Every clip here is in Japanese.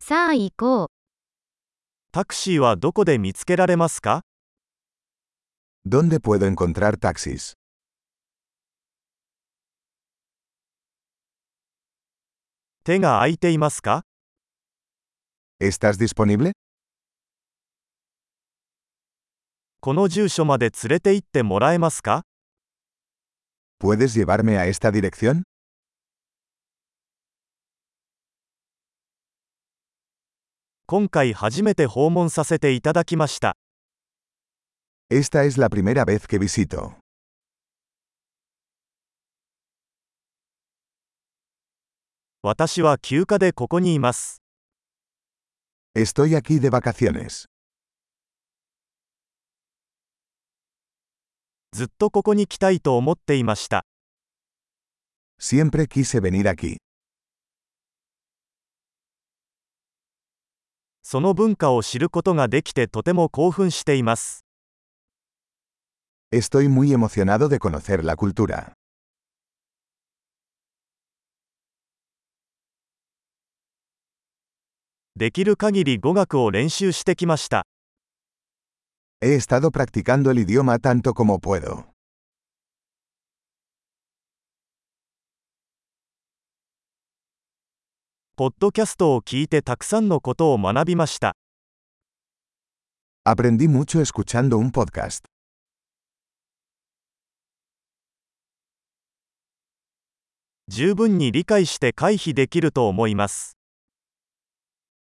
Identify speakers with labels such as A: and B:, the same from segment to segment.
A: さあ行こう。
B: タクシーはどこで見つけられますか
C: ¿Dónde puedo encontrar taxis?
B: 手が空いていますか
C: ¿Estás disponible?
B: この住所まで連れて行ってもらえますか
C: ¿Puedes llevarme a esta dirección?
B: 今回初めて訪問させていただきました。
C: Esta es la primera vez que visito.
B: 私は休暇でここにいます。
C: Estoy aquí de vacaciones.
B: ずっとここに来たいと思っていました。
C: Siempre quise venir aquí.
B: その文化を知ることができてとても興奮しています。
C: Estoy muy emocionado de conocer la cultura.
B: できる限り語学を練習してきました。
C: He estado practicando el idioma tanto como puedo.
B: ポッドキャストを聞いてたくさんのことを学びました。
C: Aprendí mucho escuchando un podcast.
B: 十分に理解して回避できると思います。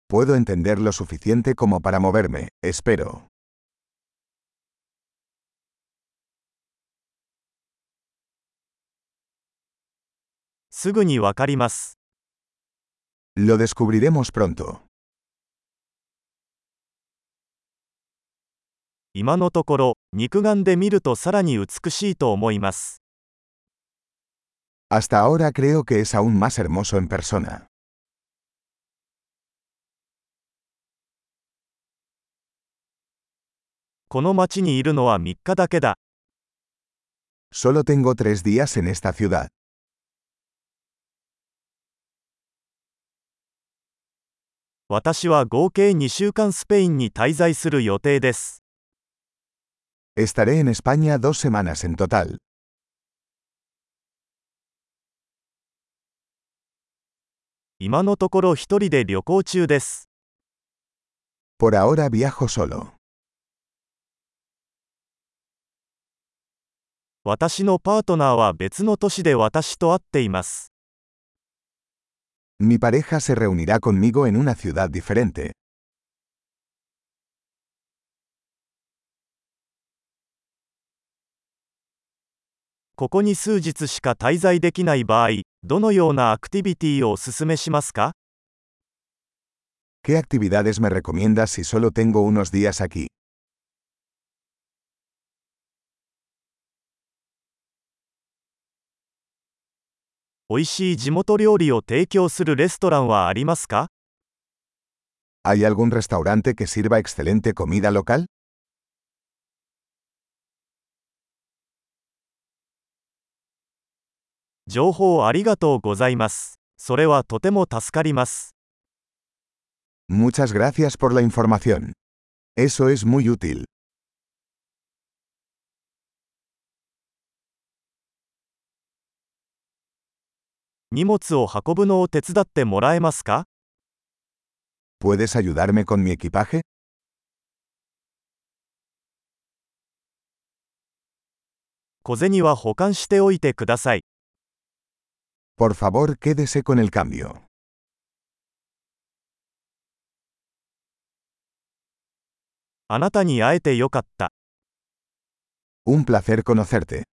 C: Puedo entender lo suficiente como para moverme, espero.
B: すぐにわかります。
C: Lo descubriremos pronto.
B: 今のところ、肉眼で見るとさらに美しいと思います。
C: Hasta ahora creo que es aún más hermoso en persona.
B: この町にいるのは3日だけだ。
C: Solo tengo tres días en esta ciudad.
B: 私は合計2週間スペインに滞在する予定です。
C: Estaré en España dos semanas en total.
B: 今のところ一人で旅行中です。
C: Por ahora viajo solo.
B: 私のパートナーは別の都市で私と会っています。
C: Mi pareja se reunirá conmigo en una ciudad diferente.
B: ここに数日しか滞在できない場合、どのようなアクティビティをお勧めしますか
C: ¿Qué actividades me recomiendas si solo tengo unos días aquí?
B: 美味しい地元料理を提供するレストランはありますか
C: ¿Hay algún restaurante que sirva excelente comida local?
B: 情報ありがとうございます。それはとても助かります。
C: Muchas gracias por la información. Eso es muy útil.
B: 荷物を運ぶのを手伝ってもらえますか
C: ¿Puedes ayudarme con mi equipaje?
B: 小銭は保管しておいてください。
C: Por favor, quédese con el cambio.
B: あなたに会えてよかった。
C: Un placer conocerte.